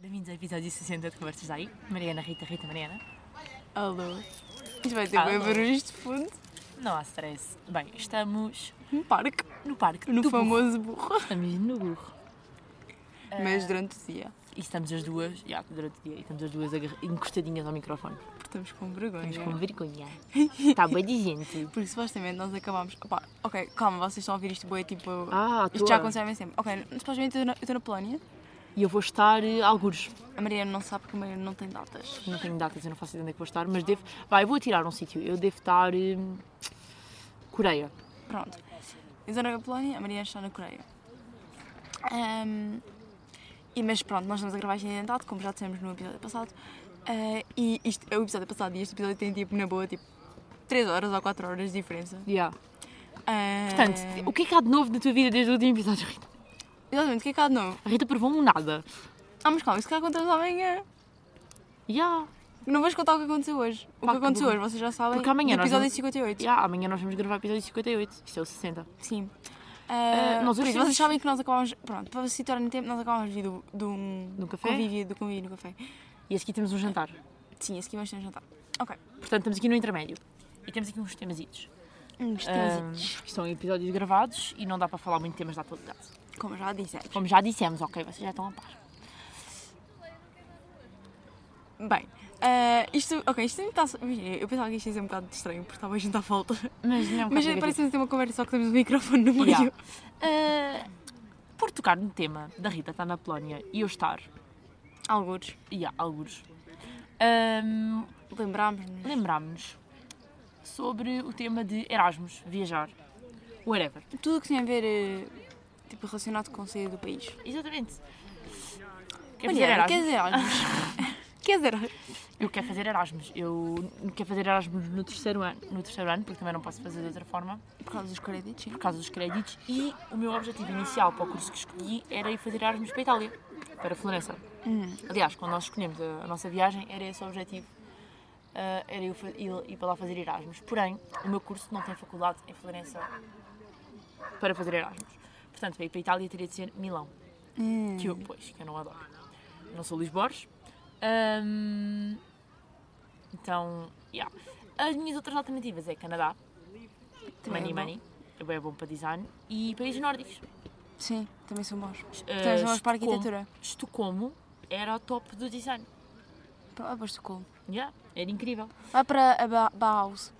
Bem-vindos ao episódio 60 de Conversas Aí. Mariana, Rita, Rita, Mariana. Alô. Isto vai ter Alô. bem barulhos de fundo. Não há stress. Bem, estamos Um parque. no parque No do burro. É. famoso burro. Estamos no burro. Mas durante o dia. E estamos as duas, já, durante o dia, e estamos as duas agarra- encostadinhas ao microfone. Porque estamos com Estamos vergonha. com vergonha. Está bem de gente. Porque supostamente nós acabámos. Opá, ok, calma, vocês estão a ouvir isto boa, tipo. Ah, à isto já toa. acontece sempre. Ok, supostamente eu estou na Polónia. E eu vou estar eh, algures. A Mariana não sabe porque a Mariana não tem datas. Não tenho datas, eu não faço ideia onde é que vou estar, mas devo. Vai, eu vou tirar um sítio. Eu devo estar. eh, Coreia. Pronto. Eu estou na Polónia, a Mariana está na Coreia. Ahm, e, mas pronto, nós estamos a gravar isto em identidade, como já dissemos no episódio passado. Ah, e isto é o episódio passado e este episódio tem tipo, na boa, tipo, 3 horas ou 4 horas de diferença. Yeah. Ah, Portanto, o que é que há de novo na tua vida desde o último episódio, Rita? Exatamente, o que é que há de novo? A Rita provou-me um nada. Ah, mas calma, isso que contamos amanhã. Yeah. Não vais contar o que aconteceu hoje. O Pá, que que aconteceu burro. hoje, vocês já sabem. Porque amanhã do nós episódio vamos- 58. Yeah, amanhã nós vamos gravar o episódio 58. Isto é o 60. Sim. Ah, Ah, nós hoje por isso, temos- vocês sabem que nós acabámos. Pronto, para situar no tempo, nós acabámos de ir do, de um De um café? convívio, do convívio no café. E esse aqui temos um jantar. Sim, esse aqui vamos ter um jantar. Ok. Portanto, estamos aqui no intermédio. E temos aqui uns temazitos. Uns Ahm, temazinhos. porque são episódios gravados e não dá para falar muito de temas da atualidade. Como já é disseste. Como já dissemos, ok, vocês já estão a par. Bem, ah, isto. Ok, isto está. Imagina, eu pensava que isto ia ser um bocado estranho porque estava a gente à volta. Mas não é um Mas bocado parece-me ter uma conversa só que temos um microfone no meio. negativo. Yeah. Ah, por tocar no tema da Rita estar na Polónia e eu estar, Alguns. e há alguns, ahm, Lembrámos-nos. lembrámos-nos sobre o tema de Erasmus, viajar, whatever. Tudo o que tinha a ver, eh, tipo, relacionado com a saída do país. Exatamente. Quer fazer Mariana, Erasmus? quer dizer Erasmus? quer dizer Erasmus? Eu quero fazer Erasmus. Eu quero fazer Erasmus no terceiro ano, no terceiro ano, porque também não posso fazer de outra forma, Por causa dos créditos, sim. por causa dos créditos. E o meu objetivo inicial para o curso que escolhi era ir fazer Erasmus para a Itália, para Florença. Aliás, quando nós escolhemos a, a nossa viagem, era esse o objetivo. Ah, era eu fa- ir, ir para lá fazer Erasmus. Porém, o meu curso não tem faculdade em Florença para fazer Erasmus. Portanto, para ir para a Itália teria de ser Milão que eu, pois, que eu não adoro. Não sou Luís Borges. Ahm, então, yeah. As minhas outras alternativas é Canadá, Também Money é bom. Money, é bem bom para design, e países nórdicos. Sim, também são bons. Ah, Tens bons para a Estocolmo- arquitetura. Estocolmo era o top do design. Vai para Estocolmo. Yeah, era incrível. Vai para a Ba- Bauhaus.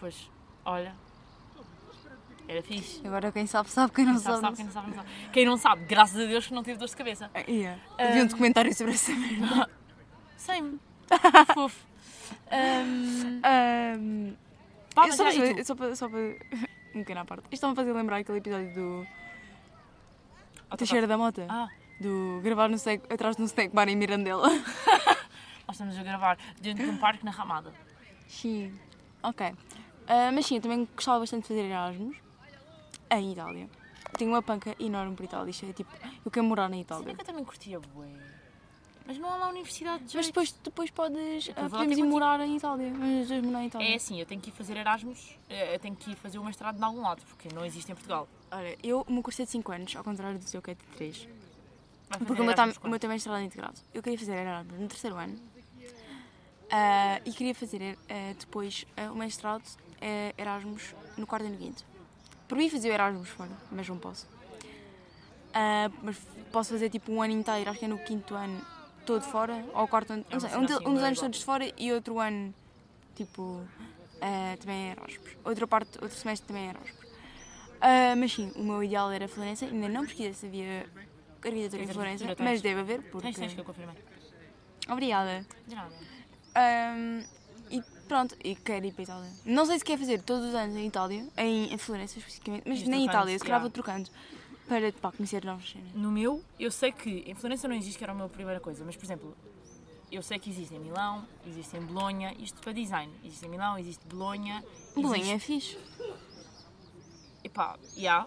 Pois, olha, era fixe. Agora quem sabe, sabe. Quem não Quem sabe, sabe, sabe, quem não sabe, não sabe. Quem não sabe, graças a Deus que não tive dor de cabeça. Ah, yeah. Havia um documentário sobre essa merda. Sem-me. Fofo. Ahm, Ahm, pá, eu mas só, já, para e saber- tu? só para, só para... Um pequeno à parte. Isto está-me a fazer lembrar aquele episódio do Teixeira da Mota. Tá, Ah, Do gravar no snack- atrás de um snack bar em Mirandela. Nós estamos a gravar dentro de um parque na Ramada. Sim. Ok. Ah, mas sim, eu também gostava bastante de fazer Erasmus em Itália. Tenho uma panca enorme por Itália. Isto é tipo, eu quero morar na Sabia Itália. que eu também curtia bué. Mas não há lá universidade de jeito. Mas depois, depois podes. vou lá ah, podemos ter ir contigo. morar em Itália. Vamos os dois morar em Itália. É assim, eu tenho que ir fazer Erasmus, eh, eu tenho que ir fazer o mestrado em algum lado, porque não existe em Portugal. Olha, eu, o meu curso é de 5 anos, ao contrário do seu que é de 3. Vai fazer Porque o meu, tá, Erasmus o meu também é mestrado integrado. Eu queria fazer Erasmus no terceiro ano. Ah, e queria fazer ah, depois ah, o mestrado ah, Erasmus no quarto ano seguinte. Por mim fazer o Erasmus fora, mas não posso. Ah, mas posso fazer tipo um ano inteiro, acho que é no quinto ano todo fora, ou quarto ano, não uma sei, cena um, de- assim, um dos não é anos igual. todos fora e outro ano tipo ah, também é Erasmus. Outra parte, outro semestre também é Erasmus. Ah, mas sim, o meu ideal era Florença, ainda não pesquisei se havia arquitetura em Tens Florença, arquitetura, tens. mas deve haver porque. Tens, tens que eu confirmei. Obrigada. De nada. Ahm, e pronto, e quero ir para a Itália. Não sei se quer fazer todos os anos em Itália, em, em Florença especificamente, mas Ias nem em trocando, Itália, eu se calhar já. vou trocando para pá, conhecer novas cenas. No meu, eu sei que em Florença não existe, que era a minha primeira coisa, mas por exemplo, eu sei que existe em Milão, existe em Bolonha, isto para design. Existe em Milão, existe Bolonha. Belém existe- é fixe. Epá, já,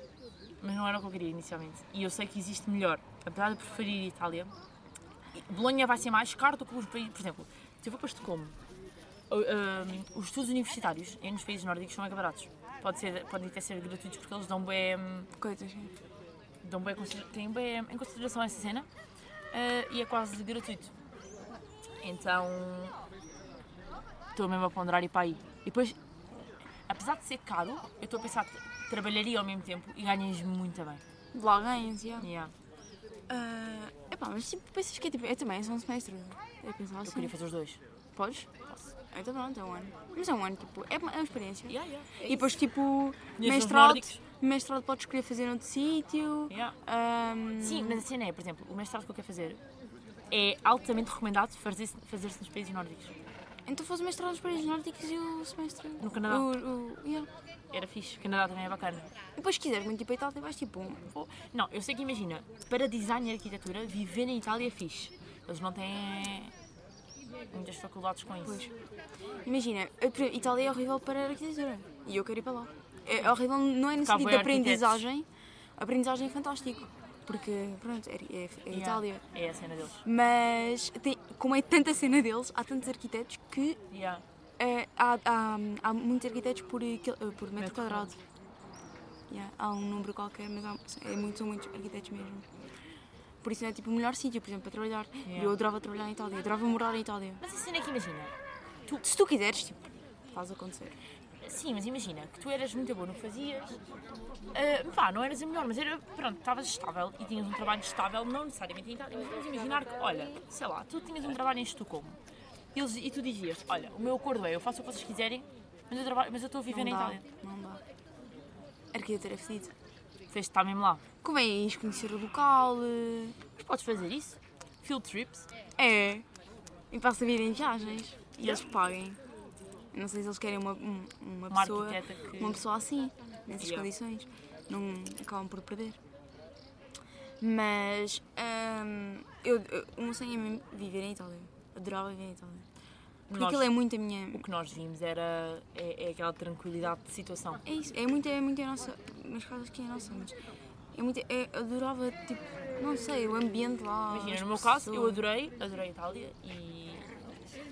mas não era o que eu queria inicialmente. E eu sei que existe melhor. Apesar de eu preferir Itália, e Bolonha vai ser mais caro do que os países. Por exemplo, se eu vou para Estocolmo, o- ahm, os estudos universitários em nos países nórdicos são mega baratos. Pode ser, podem até ser gratuitos porque eles dão hum, bem, Coisas. sim. dão bem, é consider- têm bem em consideração essa cena ah, e é quase gratuito. Então estou mesmo a ponderar ir para aí. E depois, apesar de ser caro, eu estou a pensar que trabalharia ao mesmo tempo e ganhas muito bem. Logo ganhas, yeah. Yeah. Ah, epá, mas tipo, pensas que é tipo. É também, é só um semestre. Eu pensava Eu assim. queria fazer os dois. Podes? Posso. Então pronto, é um ano. Mas é um ano, tipo, é uma, é uma experiência. Yeah, yeah. E depois, tipo, Conheces os mestrado, nórdicos? mestrado podes querer fazer noutro sítio. Yeah. Ahm, Sim, mas a cena é, por exemplo, o mestrado que eu quero fazer é altamente recomendado fazer-se fazer-se nos países nórdicos. Então faz o mestrado nos países nórdicos e o semestre. No Canadá. O, o, yeah. Era fixe, Canadá também é bacana. E depois, se quiseres muito ir para a Itália, vais tipo um. Ou- Não, eu sei que imagina, para design e arquitetura, viver na Itália é fixe. Eles não têm muitas faculdades com isso. Pois. Imagina, eu, por exemplo, Itália é horrível para a arquitetura. E eu quero ir para lá. É horrível, não é no Porque há sentido de bué arquitetos. aprendizagem. Aprendizagem é fantástico. Porque, pronto, é, é, é Yeah, Itália. É a cena deles. Mas, tem, como é tanta cena deles, há tantos arquitetos que Yeah. eh, há, há, há muitos arquitetos por, quil- eh, por metro Metro quadrado. quadrado. Yeah, há um número qualquer, mas há, é muito, são muitos arquitetos mesmo. Por isso é tipo o melhor sítio, por exemplo, para trabalhar. Yeah. Eu adorava trabalhar em Itália, adorava morar em Itália. Mas a cena é que imagina, Se tu quiseres, tipo, faz acontecer. Sim, mas imagina que tu eras muito boa no que fazias. Ah, pá, não eras a melhor, mas era, pronto, estavas estável e tinhas um trabalho estável, não necessariamente em Itália, mas vamos imaginar que, olha, sei lá, tu tinhas um trabalho em Estocolmo e, eles, e tu dizias, olha, o meu acordo é, eu faço o que vocês quiserem, mas eu, trabalho, mas eu estou a viver não na dá, Itália. não dá. Arquitetura é fedido. Tens de estar mesmo lá. Convém ires conhecer o local. eh, Mas podes fazer isso, field trips, É. E passa a vida em viagens. E eles paguem. Eu Não sei se eles querem uma, um- uma, Uma pessoa. arquiteta que- Uma pessoa assim, nessas Yeah. condições. Não acabam por perder. Mas hum, eu, eu, o meu sonho é mesmo viver em Itália. Adorava viver em Itália. Porque Nós- aquilo é muito a minha. o que nós vimos era, é, é aquela tranquilidade de situação. É isso, é muito, é muito a nossa. Mas caso que é a nossa, mas. É muito. É, adorava, tipo, não sei, o ambiente lá. Imagina, as no meu caso, eu pessoas. adorei, adorei a Itália e,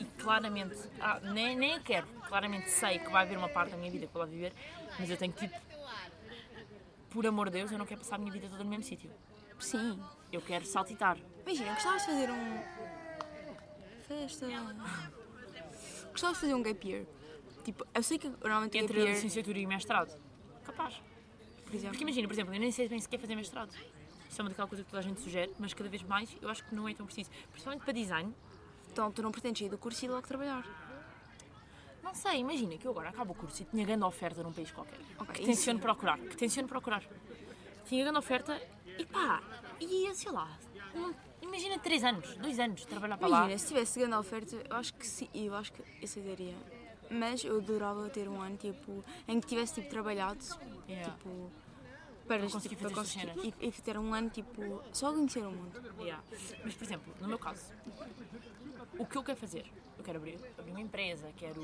e claramente, ah, nem, nem quero, claramente sei que vai haver uma parte da minha vida que vou lá viver, mas eu tenho que, tipo, por amor de Deus, eu não quero passar a minha vida toda no mesmo sítio. Sim. Eu quero saltitar. Imagina, gostavas de fazer um. Festa. Gostavas de fazer um gap year. Tipo, eu sei que normalmente o Entre gap year, licenciatura e mestrado. Capaz. por exemplo. Porque imagina, por exemplo, eu nem sei bem se quer fazer mestrado. Isto é uma daquela coisa que toda a gente sugere, mas cada vez mais eu acho que não é tão preciso. Principalmente para design, Então, tu não pretendes sair do curso e ir logo trabalhar. não sei, imagina que eu agora acabo o curso e tinha grande oferta num país qualquer. Ok, que isso é. tenciono procurar, que tenciono procurar. Tinha grande oferta e pá, ia, sei lá, um- imagina três anos, dois anos, trabalhar para Imagina, lá. se tivesse grande oferta, eu acho que sim, eu acho que eu sairia. Mas eu adorava ter um ano, tipo, em que tivesse, tipo, trabalhado, Yeah. tipo, para, conseguir tipo, para fazer estas conseguir- e, e ter um ano, tipo, só conhecer o mundo. Yeah. Mas, por exemplo, no meu caso, o que eu quero fazer? Eu quero abrir, abrir uma empresa, quero,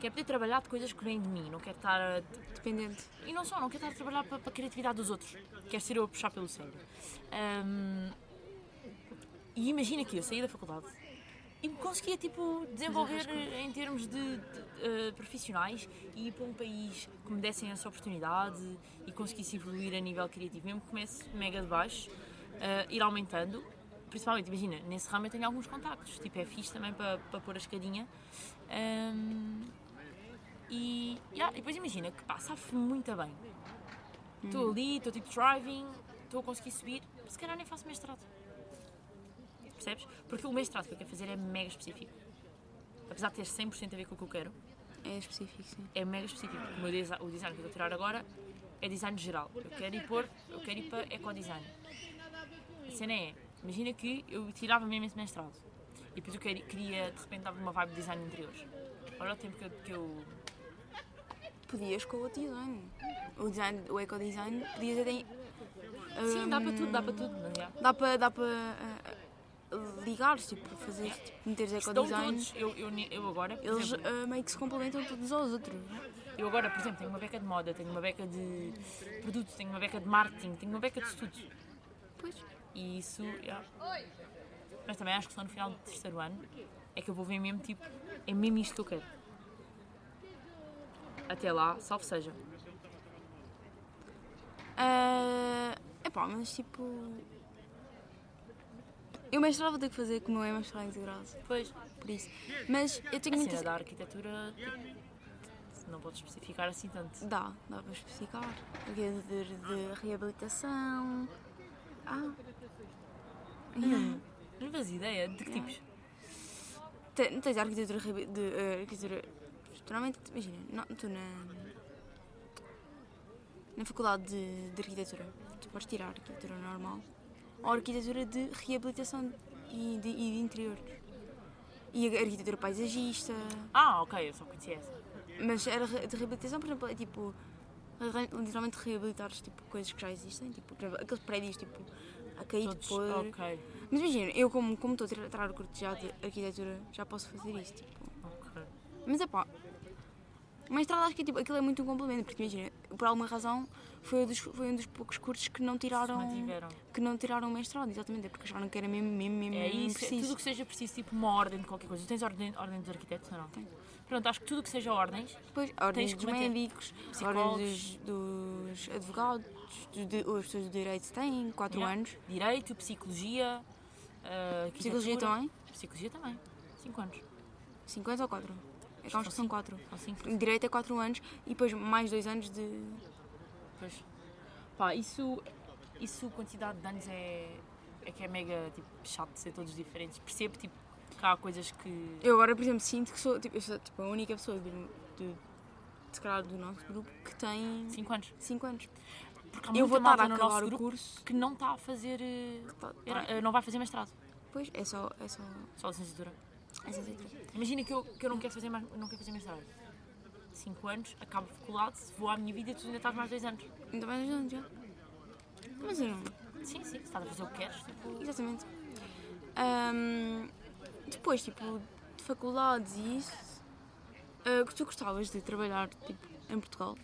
quero poder trabalhar de coisas que vêm de mim, não quero estar a- Dependente. E não só, não quero estar a trabalhar para, para a criatividade dos outros. Quero ser eu a puxar pelo sangue. Ahm, e imagina que eu saí da faculdade e me conseguia tipo, desenvolver em termos de, de, eh, profissionais e ir para um país que me dessem essa oportunidade e conseguisse evoluir a nível criativo. Mesmo que comece mega de baixo, eh, ir aumentando. Principalmente, imagina, nesse ramo eu tenho alguns contactos. Tipo, é fixe também para, para pôr a escadinha. Ahm, e, yeah, e depois imagina que pá, sabe-me muito bem. Estou ali, estou tipo driving, estou a conseguir subir, se calhar nem faço mestrado. Percebes? Porque o mestrado que eu quero fazer é mega específico. Apesar de ter 100% a ver com o que eu quero, É específico, sim. é mega específico. O, meu desi- o design que eu vou tirar agora é design geral. Eu quero ir pôr, eu quero ir para ecodesign. A cena é, imagina que eu tirava mesmo esse mestrado e depois eu queria, queria de repente dava uma vibe de design de interiores. Olha o tempo que eu- que eu Podias com o outro design. O design, o ecodesign, podias até. Sim, dá para tudo, dá para tudo. Mas, já. Dá para dá para ah, ligares, tipo, fazer, tipo, meteres Estão ecodesign. todos. Eu, eu, ne- eu agora, por Eles exemplo, ah, meio que se complementam todos aos outros. eu agora, por exemplo, tenho uma beca de moda, tenho uma beca de produtos, tenho uma beca de marketing, tenho uma beca de estudos. Pois. E isso, já. é. Mas também acho que só no final do terceiro ano é que eu vou ver mesmo, tipo, é mesmo isto que eu quero. Até lá, salve seja. é pá, mas tipo. Eu mestrado vou ter que fazer como é mestrado integral, Depois, por isso. Mas eu tenho a muita. cena da arquitetura, tipo, não podes especificar assim tanto. Dá, dá para especificar. O guia de, de reabilitação. Ah. Hum. Não faz ideia de que Yeah. tipos? Te- Tens a arquitetura. reabi- De, eh, arquitetura geralmente, imagina, não- tu na. Na faculdade de, de arquitetura, tu podes tirar a arquitetura normal ou a arquitetura de reabilitação e de, e de interior. E a arquitetura paisagista. Ah, ok, eu só conhecia essa. Mas era re- de reabilitação, por exemplo, é tipo. re- Literalmente reabilitares tipo, coisas que já existem, tipo, por exemplo, aqueles prédios tipo, a cair de Todos, pôr. ok. Mas imagina, eu como como estou a tirar- tirar o curto já de arquitetura, já posso fazer isso. Tipo. ok. Mas é pá. Mestrado acho que tipo, aquilo é muito um complemento, porque imagina, por alguma razão foi um dos, foi um dos poucos cursos que não Se tiraram. mantiveram. Que não tiraram o mestrado, exatamente, é porque acharam que era mesmo, mesmo, mesmo, É mesmo isso, é tudo preciso. o que seja preciso, tipo uma ordem de qualquer coisa. Tu tens ordem, ordem dos arquitetos ou não? Tenho. Pronto, acho que tudo o que seja ordens, Depois, a ordem Tens que dos manter médicos, a psicólogos. ordem dos, dos advogados, dos, de, as pessoas de direitos têm 4 Yeah. anos, direito, psicologia, ah, psicologia arquitetura. também, Psicologia também. 5 anos. 5 anos ou 4? É que acho que são 4. Ou 5, Direito é 4 anos e depois mais 2 anos de. depois. Pá, isso, isso quantidade de anos é, é que é mega tipo, chato de ser todos diferentes. Percebo tipo, que há coisas que. Eu agora, por exemplo, sinto que sou, tipo, eu sou tipo, a única pessoa do, do, se calhar do nosso grupo que tem 5 anos. 5 anos. Porque há muita Eu vou estar malta a no acabar nosso o grupo curso. que não está a fazer. ah, Tá- tá- era- ah, não vai fazer mestrado, Pois, é só. É só só licenciatura. é só dizer. Imagina que eu, que eu não quero fazer mais, não quero fazer mestrado. 5 anos, acabo faculdade, vou à minha vida e tu ainda estás mais 2 anos. Ainda mais anos já. Mas eu não. Sim, sim, estás a fazer o que queres. Tipo, Exatamente. Ahm, depois, tipo, de faculdades e isso, ah, que tu gostavas de trabalhar, tipo, em Portugal?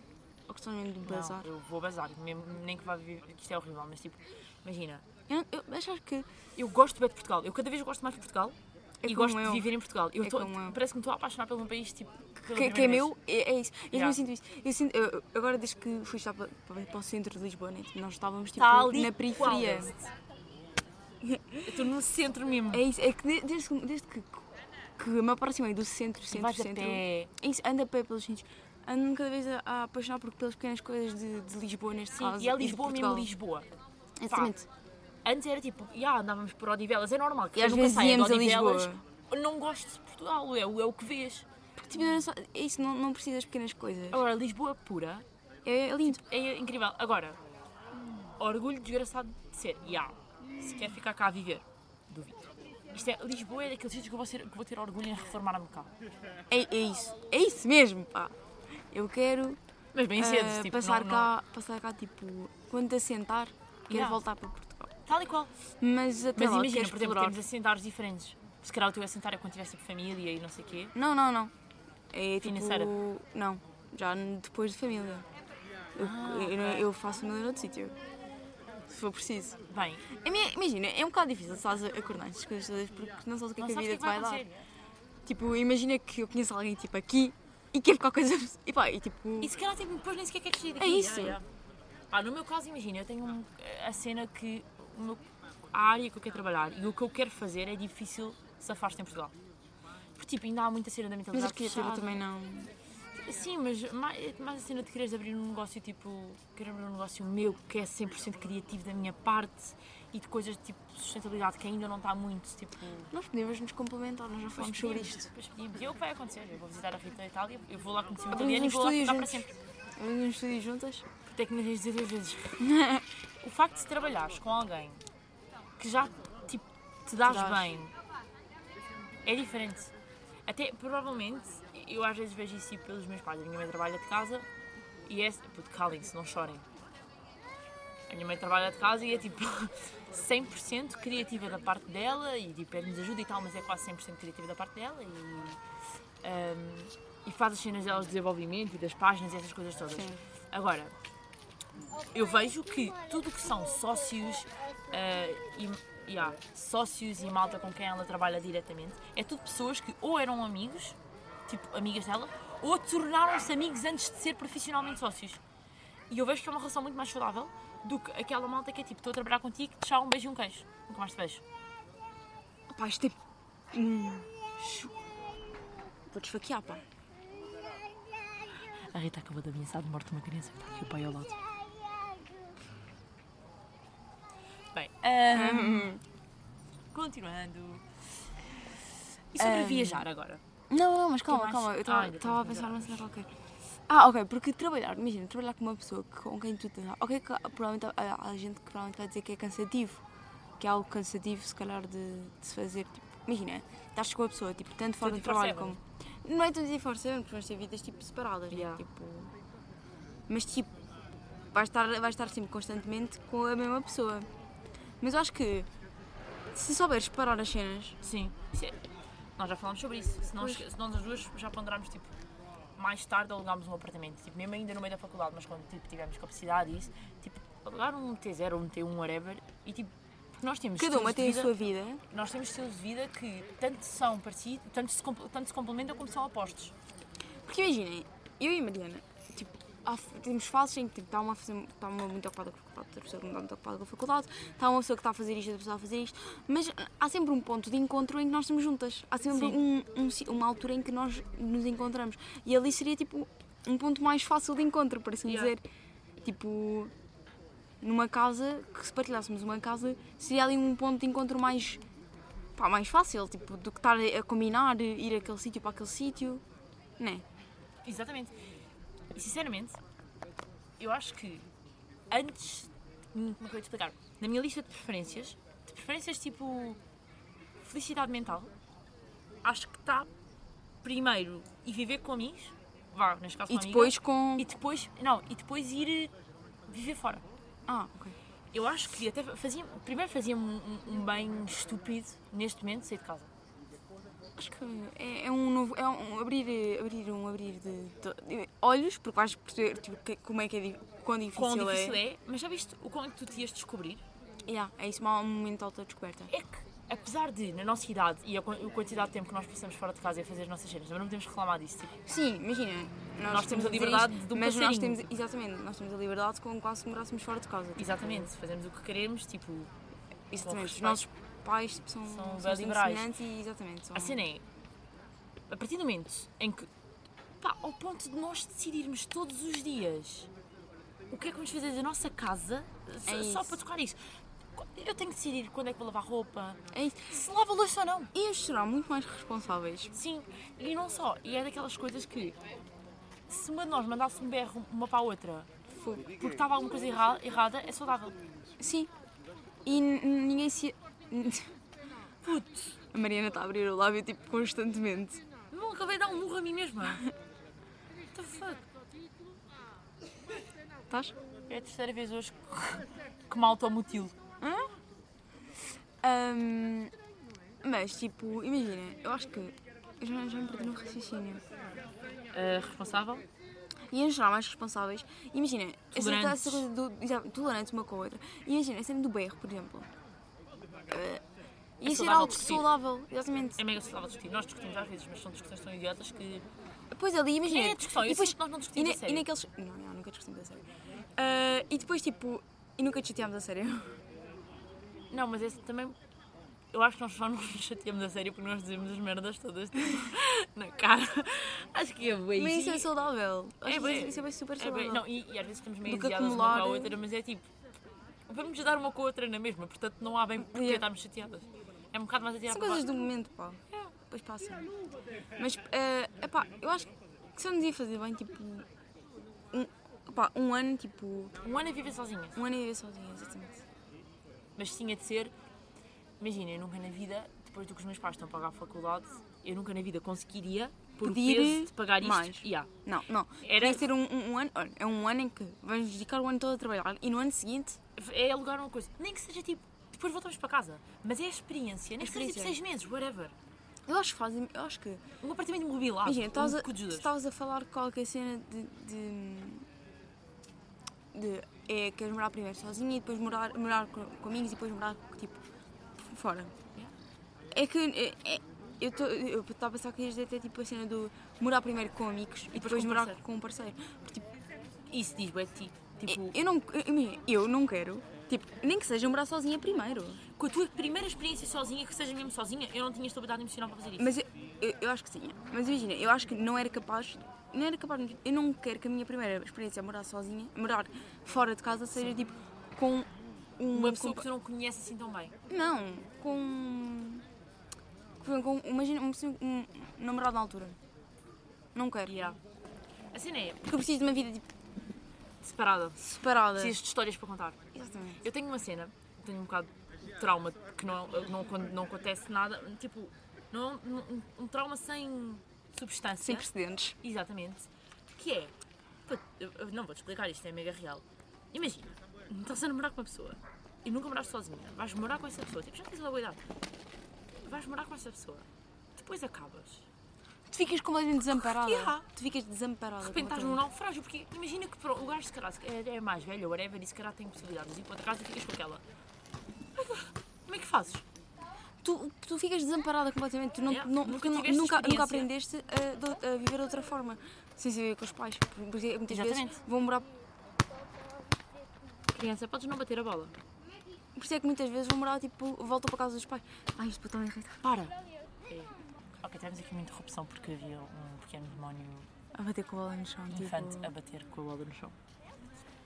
Ou gostavas mesmo de bazar? não, eu vou bazar, mesmo- nem que vá viver, que isto é horrível, mas tipo, imagina, Eu, não- eu acho que eu gosto bem de Portugal, eu cada vez gosto mais de Portugal É e como gosto eu. de viver em Portugal. Eu É tô- como eu. Parece que me estou a apaixonar pelo país, tipo, pela que, primeira que é vez. meu é, é isso. Eu Yeah. não sinto isso. Eu sinto, eu- eu- agora, desde que fui estar para, para, para o centro de Lisboa, né? tipo, nós estávamos tipo, Tal e na periferia. qual Eu estou no centro mesmo. É isso, é que de- desde, que- desde que, que me aproximei do centro, E centro, vais a centro. pé. É isso, ando a pé pelos sítios. Ando-me cada vez a, a apaixonar por, pelas pequenas coisas de, de Lisboa, neste Sim, caso. e é de Lisboa mesmo, Portugal. Lisboa. Exatamente. Antes era tipo, já andávamos por Odivelas, é normal que E às eu nunca vezes saia de íamos a Odivelas. Lisboa. Não gosto de Portugal, é, o- é o que vês. Porque, tipo, não é só- é isso, não, não precisa das pequenas coisas. Agora, Lisboa pura É, é lindo. é incrível. Agora, orgulho desgraçado de ser. Ya, se quer ficar cá a viver, duvido. Isto é, Lisboa é daqueles sítios que eu vou, ser- que vou ter orgulho em reformar-me cá. É, é isso. É isso mesmo, pá. Eu quero Mas bem ah, cedo, tipo, passar, não- não- cá, passar cá, tipo, quando assentar, quero Yeah. voltar para Portugal. Tal e qual. Mas até Mas lá, imagina, quero por exemplo, explorar. temos assentares diferentes. Se calhar o teu assentar é quando tivesse tipo, família e não sei o quê. Não, não, não. É tipo... Financeira? Não, já n- depois de família. Eu, eu, não- eu faço família noutro sítio. Se for preciso. Bem, A minha- imagina, é um bocado difícil estás a a coordenar estas coisas todas porque não sabes o que é não que a sabes o que vida é te que vai vai dar. acontecer. Tipo, imagina que eu conheço alguém tipo aqui e quer qualquer coisa. E pá, e tipo. E se calhar tipo, depois nem sequer queres sair daqui. É isso. Ya, ya. Ah, no meu caso, imagina, eu tenho um- a cena que o meu- a área que eu quero trabalhar e o que eu quero fazer é difícil safar-se em Portugal. Porque tipo, ainda há muita cena da Mas a mentalidade arquitetura fechada. também não. Sim, mas mais, mais a cena de quereres abrir um negócio, tipo, quero abrir um negócio meu que é 100% criativo da minha parte e de coisas tipo sustentabilidade que ainda não está muito, tipo... Nós podemos nos complementar, nós já falámos sobre podíamos, isto. Depois podíamos. E é o que vai acontecer, eu vou visitar a Rita e tal, e eu vou lá conhecer o Abrimos italiano um e vou lá estúdio ficar para juntos. sempre. Abrimos um estúdio juntas. Até que me arranjes dizer duas vezes. o facto de trabalhares com alguém que já tipo, te dás Te dás. bem é diferente. Até provavelmente, eu às vezes vejo isso tipo, pelos meus pais. A minha mãe trabalha de casa e é. Puto, calem-se, não chorem. A minha mãe trabalha de casa e é tipo 100% criativa da parte dela e tipo, nos ajuda e tal, mas é quase 100% criativa da parte dela e, ahm, e faz as cenas delas de desenvolvimento e das páginas e essas coisas todas. Sim. Agora, eu vejo que tudo o que são sócios ah, e yeah, sócios e malta com quem ela trabalha diretamente. É tudo pessoas que ou eram amigos, tipo amigas dela, ou tornaram-se amigos antes de ser profissionalmente sócios. E eu vejo que é uma relação muito mais saudável do que aquela malta que é tipo, estou a trabalhar contigo, tchau, um beijo e um queijo. Nunca mais te vejo. Pá, isto é. Hum. Vou desfaquear, pá. A Rita acabou de ameaçar de morte uma criança que está aqui o pai ao lado. Bem, ahm, Uhum. continuando. E sobre viajar agora? Não, não, mas calma, mais? calma. Eu Ah, estava ainda estava a tens de pensar melhorar. numa cena qualquer. Ah, ok, porque trabalhar, imagina, trabalhar com uma pessoa que- com quem tu tens. ah, Ok, que, provavelmente há, há gente que provavelmente vai dizer que é cansativo. Que é algo cansativo, se calhar, de, de se fazer. Tipo, imagina, estás com a pessoa, tipo, tanto fora do 24/7. trabalho como. Não é tudo de força, porque vamos ter vidas tipo, separadas, né? Yeah. tipo. Mas tipo, vais estar, vais estar sempre constantemente com a mesma pessoa. Mas eu acho que se souberes parar as cenas, Sim. Isso é- Nós já falámos sobre isso. Se nós, se nós as duas já ponderámos, tipo, mais tarde alugámos um apartamento. Tipo, mesmo ainda no meio da faculdade, mas quando tipo, tivemos capacidade e isso, tipo, alugar um T0, um T1, whatever, e tipo, porque nós temos cada estilos uma de tem a vida- sua vida. Nós temos estilos de vida que tanto são parecidos, tanto se, compl- tanto se complementam como são opostos. Porque imaginem, eu e a Mariana, tipo, há f- temos fases em que tipo, está uma, a fazer- está uma muito ocupada com a faculdade, outra pessoa que não está muito ocupada com a faculdade, está uma pessoa que está a fazer isto, outra pessoa tá a fazer isto, mas eh, há sempre um ponto de encontro em que nós estamos juntas. Há sempre um, um si- uma altura em que nós nos encontramos. E ali seria tipo um ponto mais fácil de encontro, para assim Yeah. dizer. Tipo, numa casa, que se partilhássemos uma casa, seria ali um ponto de encontro mais. Pá, mais fácil, tipo, do que estar a combinar, ir àquele sítio para aquele sítio, né? Exatamente. E sinceramente, eu acho que antes. hum, Como é que eu ia te explicar? Na minha lista de preferências, de preferências tipo. felicidade mental, acho que está primeiro e viver com amigos, vá, neste caso E com uma depois amiga, com. e depois. Não, e depois ir eh, viver fora. Ah, ok. Eu acho que até fazia. Primeiro fazia-me um, um- um bem estúpido neste momento sair de casa. Acho que é, é um novo. É um abrir, eh, abrir um abrir de, de olhos, porque vais perceber tipo, que- como é que é. di- Quão difícil, Quão difícil é, mas já viste o quão é que tu te ias descobrir? Yeah, é isso, um momento de autodescoberta. é que, apesar de, na nossa idade e a, quan- a quantidade de tempo que nós passamos fora de casa e a fazer as nossas cenas, também não podemos reclamar disso. Tipo, Sim, imagina. Nós, temos a dizer liberdade isto, de um Mas nós passarinho. temos. Exatamente, nós temos a liberdade com quase que morássemos fora de casa. tipo, exatamente, fazemos o que queremos, tipo, Exatamente. Os respeito. nossos pais tipo, são, São são Assim bem liberais. semelhantes e exatamente. São... a cena é, a partir do momento em que, pá, ao ponto de nós decidirmos todos os dias o que é que vamos fazer da nossa casa, só- É só isso. para tocar isso. Eu tenho que decidir quando é que vou lavar roupa, é isso. se lavo a louça ou não. Íamos será muito mais responsáveis. Sim, e não só. E é daquelas coisas que, se uma de nós mandasse um berro uma para a outra, Fogo. porque estava alguma coisa erra- errada, é saudável. Sim. E n- n- ninguém se. Putz, A Mariana está a abrir o lábio tipo constantemente. não acabei de dar um murro a mim mesma. What the fuck? Estás? É a terceira vez hoje que, que me automutilo. Ahm, mas, tipo, imagina, eu acho que. Eu já, já me perdi no raciocínio. Uh, responsável? E em geral, mais responsáveis. Imagina, eu sempre Tolerantes. essa coisa do. exato, Tolerantes uma com a outra. Imagina, a cena do berro, por exemplo. Ah, ia É ser saudável algo discutir. saudável, exatamente. É mega saudável discutir. Nós discutimos às vezes, mas são discussões tão idiotas que. Depois ali, imagina. É discussão, eu e depois, sinto que nós não e, discutimos na, a sério. e naqueles. Não, não, nunca discutimos a sério. Ah, e depois, tipo. E nunca te chateámos a sério. Não, mas esse também. Eu acho que nós só não nos chateamos a sério porque nós dizemos as merdas todas tipo, na cara. Acho que é bem Mas isso é saudável. Acho que bué. isso é super É saudável. bem, não, e, e às vezes estamos meio Do que enviadas uma com a acumular. né? outra, mas é tipo, vamos dar uma com a outra na mesma, portanto não há bem porque Yeah. estarmos chateadas. É um bocado mais até à São coisas do momento, pá. Depois passa. Mas, eh, epá, eu acho que só nos ia fazer bem, tipo... Um, epá, um ano, tipo... Um ano a viver sozinha. Um ano a viver sozinha, exatamente. Mas tinha de ser. Imagina, eu nunca na vida, depois do que os meus pais estão a pagar a faculdade, eu nunca na vida conseguiria por Pedir o peso de pagar isto. mais. Yeah. Não, não. Era- Era... ser um, um- um ano... Olha, é um ano em que vamos dedicar o ano todo a trabalhar e no ano seguinte... É alugar uma coisa. Nem que seja tipo, depois voltamos para casa. Mas é a experiência, nem que seja tipo seis Experiência. meses, whatever. Eu acho que fazem... Eu acho que... Um apartamento imobiliário. Imagina, estavas um a, cu de Judas. estavas a falar qualquer cena de... de de é, queres morar primeiro sozinha e depois morar, morar com, com amigos e depois morar tipo fora. É que é- é- eu tô- eu estava a pensar que ias dizer até tipo a cena do morar primeiro com amigos e depois com morar parceiro. com um parceiro. Porque, tipo, Isso diz bué de ti. Tipo, eu, não, eu- imagina, eu não quero, tipo, nem que seja morar sozinha primeiro. com a tua primeira experiência sozinha, que seja mesmo sozinha, eu não tinha estabilidade emocional para fazer isso. Mas eu, eu, eu acho que tinha. Mas imagina, eu acho que não era capaz. Não era capaz. Eu não quero que a minha primeira experiência a morar sozinha, morar fora de casa, seja tipo com um, uma pessoa com- que tu não conheces assim tão bem. Não, com. com, com imagina, um, pessoa- um namorado na altura. Não quero. Yeah. A cena é Porque eu preciso de uma vida tipo, separada. separada. Precisas de histórias para contar. Exatamente. Eu tenho uma cena, tenho um bocado de trauma que não, não, quando não acontece nada, tipo, não, não- um trauma sem substância. Sem precedentes. Exatamente. Que é. pô, eu- eu Não vou te explicar isto, é mega real. Imagina, estás a namorar com uma pessoa e nunca moraste sozinha. Vais morar com essa pessoa, tipo, já tens uma boa idade. Vais morar com essa pessoa. Depois acabas. Tu ficas completamente desamparada. Yeah. Tu ficas desamparada. De repente estás num completamente. naufrágio, porque imagina que pronto, o gajo se calhar é é mais velho ou whatever e se calhar tem possibilidades e para outra casa e ficas com aquela. Como é que fazes? tu, tu ficas desamparada completamente, tu não, Yeah, não- nunca porque não- tiveste nunca, nunca experiência. aprendeste a, do- a viver de outra forma, sem ser viver com os pais, Por- porque muitas vezes Exatamente. vão morar, Criança, podes não bater a bola. por isso é que muitas vezes vão morar, tipo, voltam para casa dos pais. Ai, isto está irritar. Para! É. Ok, tivemos aqui uma interrupção porque havia um pequeno demónio A bater com a bola no chão, tipo... infante a bater com a bola no chão.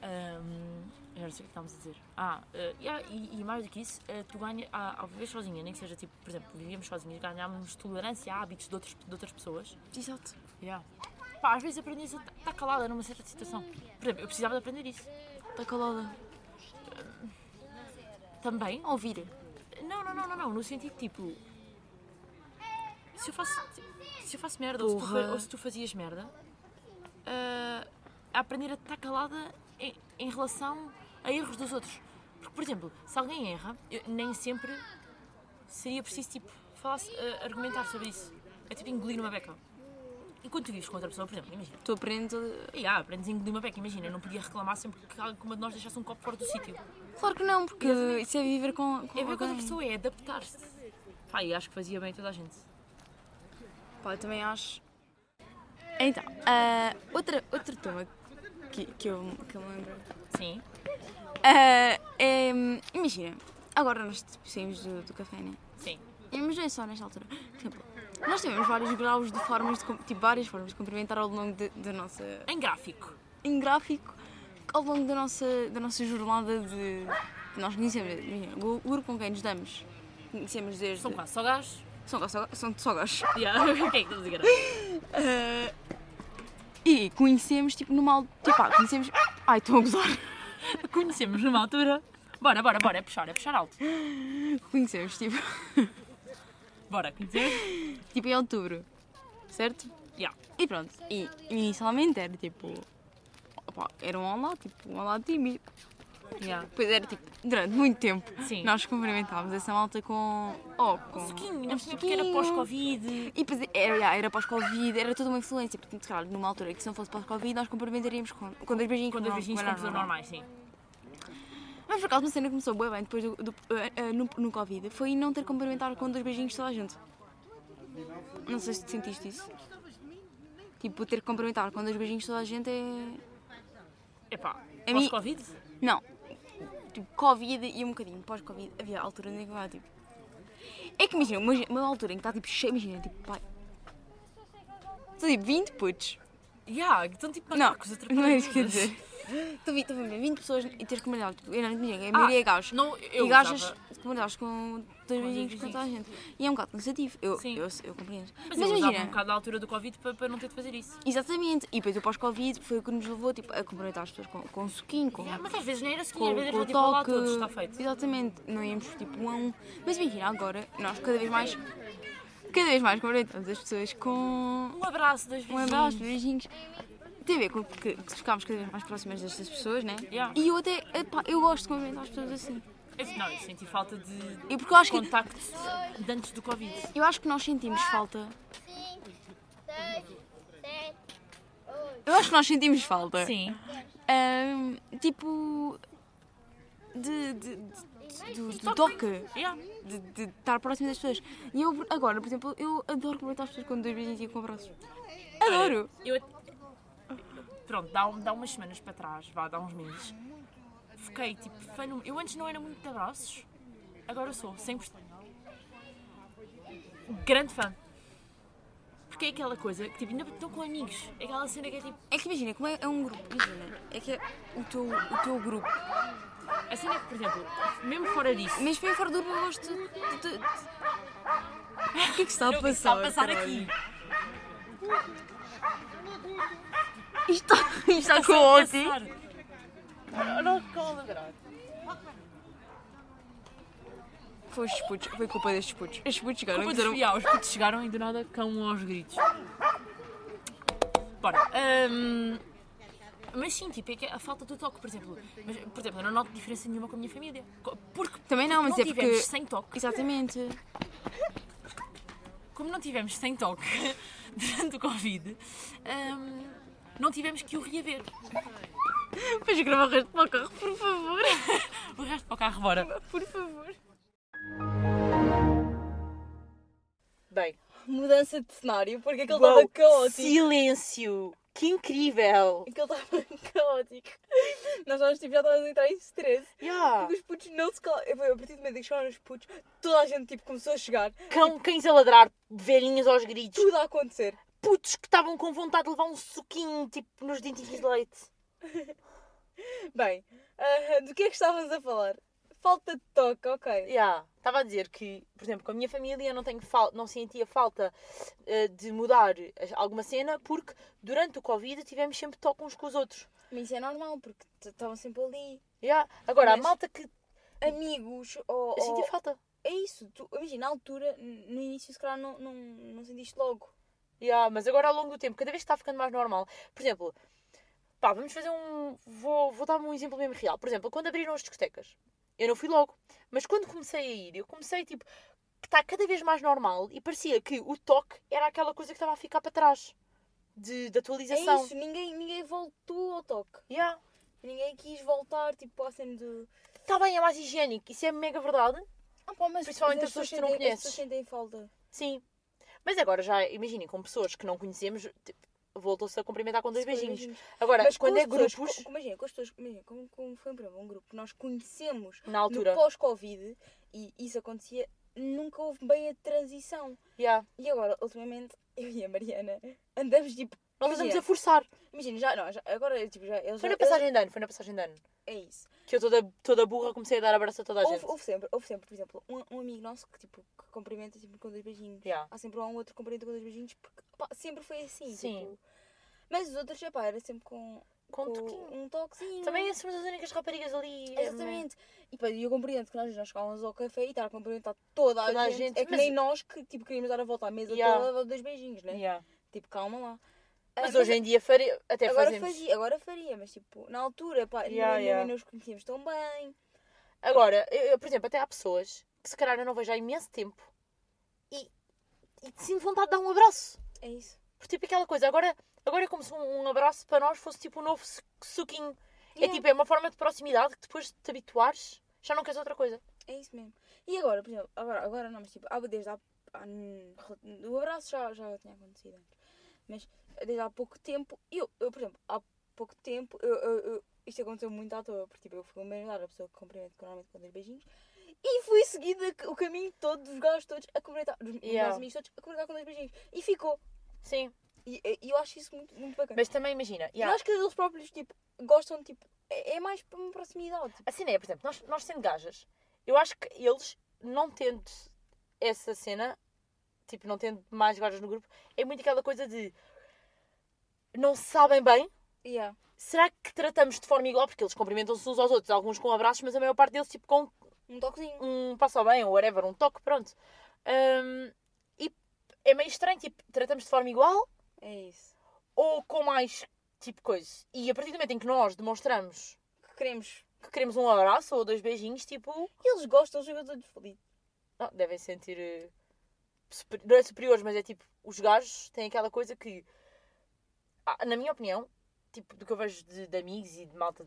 Ahm, eu não sei o que estávamos a dizer. Ah, eh, yeah, e, e mais do que isso, eh, tu ganha, ah, ao viver sozinha, nem que seja tipo, por exemplo, vivíamos sozinhos, ganhámos tolerância a hábitos de, outros, de outras pessoas. Exato. Yeah. Pá, às vezes aprendes a estar calada numa certa situação. Por exemplo, eu precisava de aprender isso. Está calada. Também? A ouvir. Não, não, não, não, não, no sentido tipo. Se eu faço, se eu faço merda ou se, tu, Porra. fa- ou se tu fazias merda, ah, a aprender a estar calada em, em relação a erros dos outros. Porque, por exemplo, se alguém erra, eu- nem sempre seria preciso tipo, falar, ah, argumentar sobre isso. É tipo engolir uma beca. Enquanto tu vives com outra pessoa, por exemplo, imagina. Tu aprendes a... E há, aprendes a engolir uma beca, imagina, eu não podia reclamar sempre que alguma de nós deixasse um copo fora do sítio. Claro que não, porque isso é viver com, com É ver com outra alguém. pessoa, é adaptar-se. Pá, e acho que fazia bem a toda a gente. Pá, eu também acho. Então, ah, outra, outro tema que, que, eu, que eu me lembro Sim. Ah, é, imagina, agora nós tipo, saímos do, do café, né? Sim. Mas não é só nesta altura. Por exemplo, nós tivemos vários graus de formas de, cum- tipo, várias formas de cumprimentar ao longo de- da nossa. Em gráfico. em gráfico, ao longo da nossa, da nossa jornada de. Nós conhecemos, imagina, o grupo com quem nos damos. Conhecemos desde. São quase só gajos. São gajos, só- são só gajos. Yeah. o que é que estás a dizer? Ah, e conhecemos, tipo, numa. al- Tipo, ah, conhecemos. Ai, estou a gozar. Conhecemos numa altura. Bora, bora, bora, é puxar, é puxar alto. Conhecemos, tipo. Bora, conhecer? tipo, em outubro, certo? Yeah. E pronto, e inicialmente era tipo. opá, era um olá, tipo, um olá tímido. Yeah. Depois era tipo, durante muito tempo, Sim. nós cumprimentávamos essa malta com. Oh, com um Suquinho, não percebi porque era pós-Covid. E depois era, já, era pós-Covid, era toda uma influência, porque, se calhar, numa altura que se não fosse pós-Covid, nós cumprimentaríamos com, com dois beijinhos. Com dois beijinhos era com pessoas normal. normais, sim. Mas por acaso, uma cena que começou bem, bem depois do, do- eh, eh, no, no Covid foi não ter cumprimentado com dois beijinhos toda a gente. Não sei se te sentiste isso. Tipo, ter cumprimentado com dois beijinhos toda a gente é. Epá, A mim- pós-Covid? Não. Tipo, Covid e um bocadinho pós-Covid, havia altura em que vai, tipo... É que imagina, uma, uma altura em que está tipo cheio, imagina, tipo, pai... Estão tipo 20 putos. Yeah, estão tipo Não, macacos não é isso que eu ia atrapalhados. dizer. Estão vi- estão a ver 20 pessoas e tens comandado, tipo, eu não ninguém, a Ah, maioria é gajos. não, eu e gajas usava- comandados com dois beijinhos com toda a gente. E é um bocado cansativo, eu, Sim. eu, eu compreendo. Mas, eu usava um bocado da altura do Covid para, para não ter de fazer isso. exatamente, e depois o pós-Covid foi o que nos levou tipo, a cumprimentar as pessoas com, com um suquinho, com, Yeah, mas às vezes não era assim, com, às vezes com era o tipo, olá a toque. todos, está feito. Exatamente, não íamos tipo um a um. Mas imagina, agora nós cada vez mais, cada vez mais cumprimentamos as pessoas com Um abraço, dois um beijinhos. abraço, beijinhos. Tem a ver com que, que ficámos cada vez mais próximas destas pessoas, né? Yeah. E eu até, epá, eu gosto de cumprimentar as pessoas assim. Eu- É, Não, eu senti falta de E porque eu acho que, contacto de antes do Covid. eu acho que nós sentimos falta. Eu acho que nós sentimos falta. Sim. Ahm, tipo. De, de, de- do, do toque, Yeah. de, de estar próximo das pessoas. E eu, agora, por exemplo, eu adoro cumprimentar as pessoas com dois beijinhos e com abraços. Adoro! Eu, pronto, dá, um- dá umas semanas para trás, vá, dá uns meses. Fiquei tipo fã num- Eu antes não era muito de abraços, agora sou, 100%. Grande fã. Porque é aquela coisa que tipo, ainda estão com amigos. É aquela cena que é tipo. É que imagina, como é, é um grupo, imagina, é que é o teu, o teu grupo. A cena é que, por exemplo, mesmo fora disso. Mesmo bem fora do grupo, eu gosto de. de- de- O que é que está a eu- passar? Tá está "Tá a passar caralho? aqui. Isto, isto está com Está-se ódio. a assim. passar. Olha o cão a ladrar. Foi os putos, foi culpa destes putos. Estes putos chegaram Culpa e de fizeram- desfiar, os putos chegaram e do nada cão aos gritos. Bora. hum, mas sim, tipo, é que a falta do toque, por exemplo. Mas, por exemplo, eu não noto diferença nenhuma com a minha família. Co- Porque Também não, mas não é tivemos porque. sem toque. Exatamente. Como não tivemos sem toque durante o Covid, hum, não tivemos que o reaver. Depois gravar o resto para o carro, por favor. O resto para o carro, bora. Por favor. Bem, mudança de cenário, porque aquele Uau, estava caótico. silêncio! Que incrível! Aquele estava caótico. Nós já tipo, já estávamos a entrar em stress. Porque os putos não se calaram. Eu, a partir do momento em que chegaram os putos, toda a gente tipo, começou a chegar. Cão, cães a ladrar, velhinhas aos gritos, Tudo a acontecer. putos que estavam com vontade de levar um suquinho, tipo, nos dentinhos de leite. Bem, ah, do que é que estávamos a falar? Falta de toque, ok. Yeah. Estava a dizer que, por exemplo, com a minha família eu não, tenho fal não sentia falta eh, de mudar as- alguma cena porque durante o Covid tivemos sempre toque uns com os outros. Mas isso é normal, porque t- estavam sempre ali. Yeah. Agora, a Mas- malta que oh, Amigos, ou. eu sentia ou- falta. É isso. Tu, imagina, na altura, n- no início, se calhar não, não, não sentiste logo. Yeah. Mas agora, ao longo do tempo, cada vez está ficando mais normal. Por exemplo, pá, vamos fazer um. Vou, vou dar um exemplo mesmo real. Por exemplo, quando abriram as discotecas, eu não fui logo, mas quando comecei a ir, eu comecei tipo. que Está cada vez mais normal e parecia que o toque era aquela coisa que estava a ficar para trás de, de É atualização. isso, ninguém, ninguém voltou ao toque. Yeah. Ninguém quis voltar, tipo, à cena do. Está bem, é mais higiênico, isso é mega verdade. Ah, pá, mas Principalmente as mas pessoas que tu não sentem, conheces. As pessoas sentem falta. Sim. Mas agora já, imaginem, com pessoas que não conhecemos, tipo, voltou-se a cumprimentar com dois Se forem beijinhos. beijinhos. Agora, Mas quando com é as pessoas- grupos, com- imagina, com as pessoas, imagina, como, como foi por exemplo, um grupo que nós conhecemos na altura. no pós-Covid e isso acontecia, nunca houve bem a transição. Yeah. E agora, ultimamente, eu e a Mariana andamos tipo. Nós andamos Imagina. a forçar. Imagina, já, não, já- agora, tipo, já. Eles Foi já- na passagem de ano, foi na passagem de ano. eles- É isso. Que eu toda, toda burra comecei a dar abraço a toda a gente. Houve, um houve sempre, houve sempre, por exemplo, um, um amigo nosso que, tipo, que cumprimenta sempre com dois beijinhos. Yeah. Há sempre um outro que cumprimenta com dois beijinhos, porque pá, sempre foi assim. Sim. tipo. Mas os outros, já pá, era sempre com, Com um com toquinho. um toquezinho. Também somos as únicas raparigas ali. é, Exatamente. E pá, eu compreendo que nós já chegávamos ao café e estar a cumprimentar toda a, Toda a gente. gente, É que mas- nem nós que tipo, queríamos dar a volta à mesa Yeah. toda a dar dois beijinhos, né? Yeah. Tipo, calma lá. Mas Ah, hoje em dia fare... até agora fazemos. fazia, agora faria, mas tipo, na altura, pá, Yeah, não, yeah. não nos conhecíamos tão bem. Agora, eu, eu, por exemplo, até há pessoas que se calhar eu não vejo há imenso tempo e, e sinto vontade de dar um abraço. É isso. Por tipo aquela coisa, agora, agora é como se um, um abraço para nós fosse tipo um novo su- suquinho. É Yeah. tipo, é uma forma de proximidade que depois de te habituares já não queres outra coisa. É isso mesmo. E agora, por exemplo, agora, agora não, mas tipo, há- desde há. há- O abraço já, já tinha acontecido antes. Mas desde há pouco tempo, eu, eu por exemplo, há pouco tempo, eu, eu- eu- isto aconteceu muito à toa, porque tipo, eu fui homenagear a pessoa que cumprimento normalmente com dois beijinhos e fui seguida o caminho todo dos gajos todos a cumprimentar, dos Yeah. meus amigos todos a cumprimentar com dois beijinhos. E ficou. Sim. E, e eu acho isso muito, muito bacana. Mas também imagina, Eu acho que eles próprios, tipo, gostam, tipo, é, é mais para uma proximidade. tipo. assim é, por exemplo, nós, nós sendo gajas, eu acho que eles não tendo essa cena, tipo, não tendo mais gajas no grupo, é muito aquela coisa de não se sabem bem. Yeah. Será que tratamos de forma igual? Porque eles cumprimentam-se uns aos outros, alguns com abraços, mas a maior parte deles, tipo, com Um toquezinho. um passo ao bem, ou whatever, um toque, pronto. Hum, e é meio estranho, tipo, tratamos de forma igual É isso. ou com mais, tipo, coisa. E a partir do momento em que nós demonstramos Que queremos que queremos um abraço ou dois beijinhos, tipo, Eles gostam, eles jogam todos felizes. não, devem sentir, eh, super- não é superiores, mas é tipo, os gajos têm aquela coisa que, ah, na minha opinião, tipo, do que eu vejo de, de amigos e de malta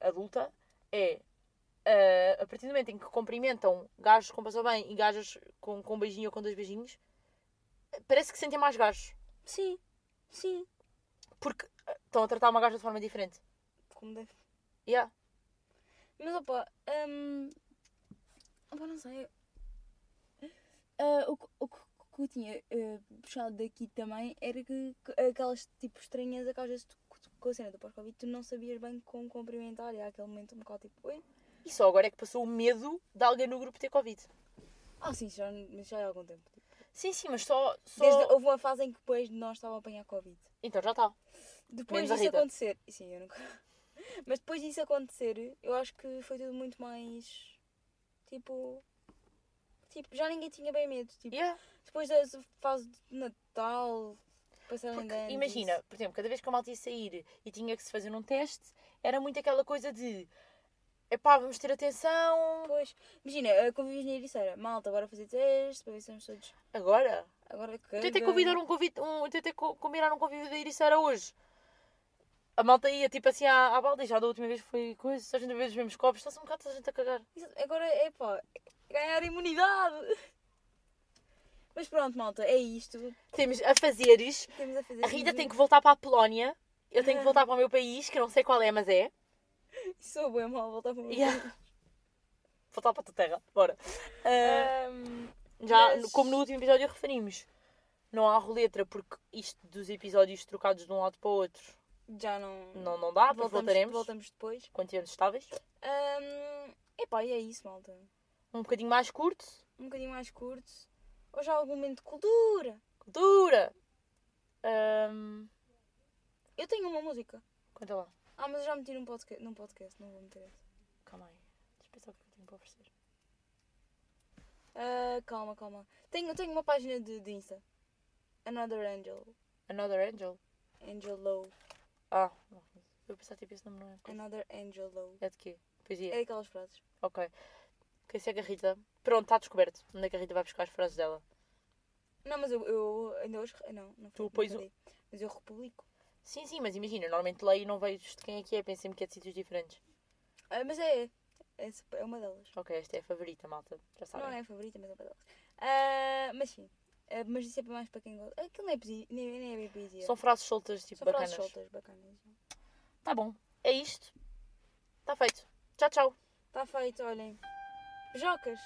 adulta, é, ah, a partir do momento em que cumprimentam gajos com passou bem e gajas com, com um beijinho ou com dois beijinhos, parece que sentem mais gajos. Sim, sim. Porque ah, estão a tratar uma gaja de forma diferente. Como deve. Yeah. Mas opa, hum, opa não sei. Ah, o, que- o que o que eu tinha eh, puxado daqui também era que, que aquelas tipo estranhas que às vezes tu, tu- com a cena do pós-Covid tu não sabias bem como cumprimentar e há aquele momento um bocado tipo, oi? E só agora é que passou o medo de alguém no grupo ter Covid. Ah sim, já, mas já há algum tempo. Sim, sim, mas só. só... Desde, houve uma fase em que depois de nós estávamos a apanhar Covid. Então já está. Depois Menos a disso Rita. acontecer. Sim, eu nunca. Mas depois disso acontecer, eu acho que foi tudo muito mais. Tipo. Tipo, já ninguém tinha bem medo. Tipo, Yeah. Depois da fase de Natal, passaram Porque, de anos. imagina, por exemplo, cada vez que a malta ia sair e tinha que se fazer um teste, era muito aquela coisa de epá, vamos ter atenção. Depois, imagina, convives na Ericeira. Malta, agora fazer teste para ver se estamos todos. Agora? Agora que. Eu tentei convidar é. um convite, um, eu tentei co- combinar um convívio da Iriceira hoje. A malta ia tipo assim à, à balda e já da última vez foi coisa, se a gente bebeu os mesmos copos, está-se um bocado toda a gente a cagar. Agora é pá, ganhar imunidade! Mas pronto, malta, é isto. Temos a fazeres. Temos a fazer. A Rita tem que voltar para a Polónia. Eu tenho que voltar para o meu país, que eu não sei qual é, mas é. Sou tá boa, mal, voltar para o meu Yeah. Voltar para a tua terra, bora. Ah, Ahm, Já, Mas- como no último episódio referimos, não há roletra porque isto dos episódios trocados de um lado para o outro já não. não, não dá, mas voltaremos voltamos depois. quando estivermos estáveis. Ahm, epá, e é isso, malta. Um bocadinho mais curto, Um bocadinho mais curto. Hoje há algum momento de cultura. dura. Ahm, Eu tenho uma música. conta lá, Ah, mas eu já meti num podcast. Num podcast, não vou meter essa. calma aí, deixa eu pensar o que eu tenho para oferecer. Ah, calma, calma. Tenho, tenho uma página de, de Insta. Another Angel. Another Angel? Angel Low. Ah, não, eu pensava tipo esse nome não é. coisa. Another Angel Low. É de quê? Poesia? É aquelas frases. Ok. Quem segue a Rita? Pronto, está descoberto. Onde é que a Rita vai buscar as frases dela? Não, mas eu, eu ainda hoje. Não, não Tu não pões falei. Mas eu republico. Sim, sim, mas imagina, eu normalmente leio e não vejo de quem é que é, pensei-me que é de sítios diferentes. Ah, mas é, é. Essa é uma delas. Ok, esta é a favorita, malta. Já sabem. Não é a favorita, mas é uma delas. Ah, mas sim. Ah, mas isso é mais para quem gosta. Aquilo não é poesia. Nem, nem é bem poesia. São frases soltas, tipo, São bacanas. frases soltas, bacanas. Tá bom. É isto. Tá feito. Tchau, tchau. Está Tá feito, olhem. Jocas!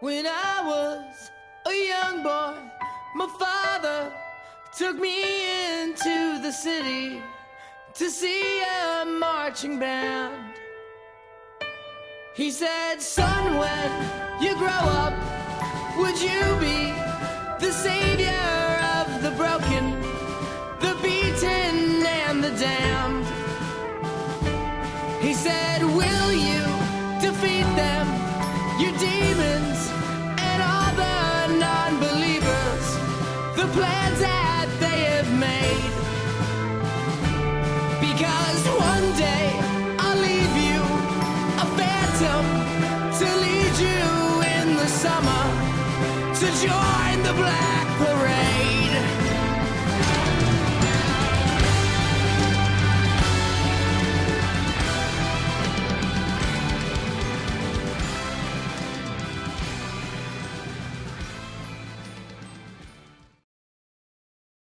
When I was a young boy, my father took me into the city to see a marching band. He said, Son, when you grow up, would you be the savior of the broken, the beaten, and the damned? He said, Will you defeat them, your demons, and all the non believers, the plans that they have made? Because one day I'll leave you a phantom to lead you in the summer to join the black parade.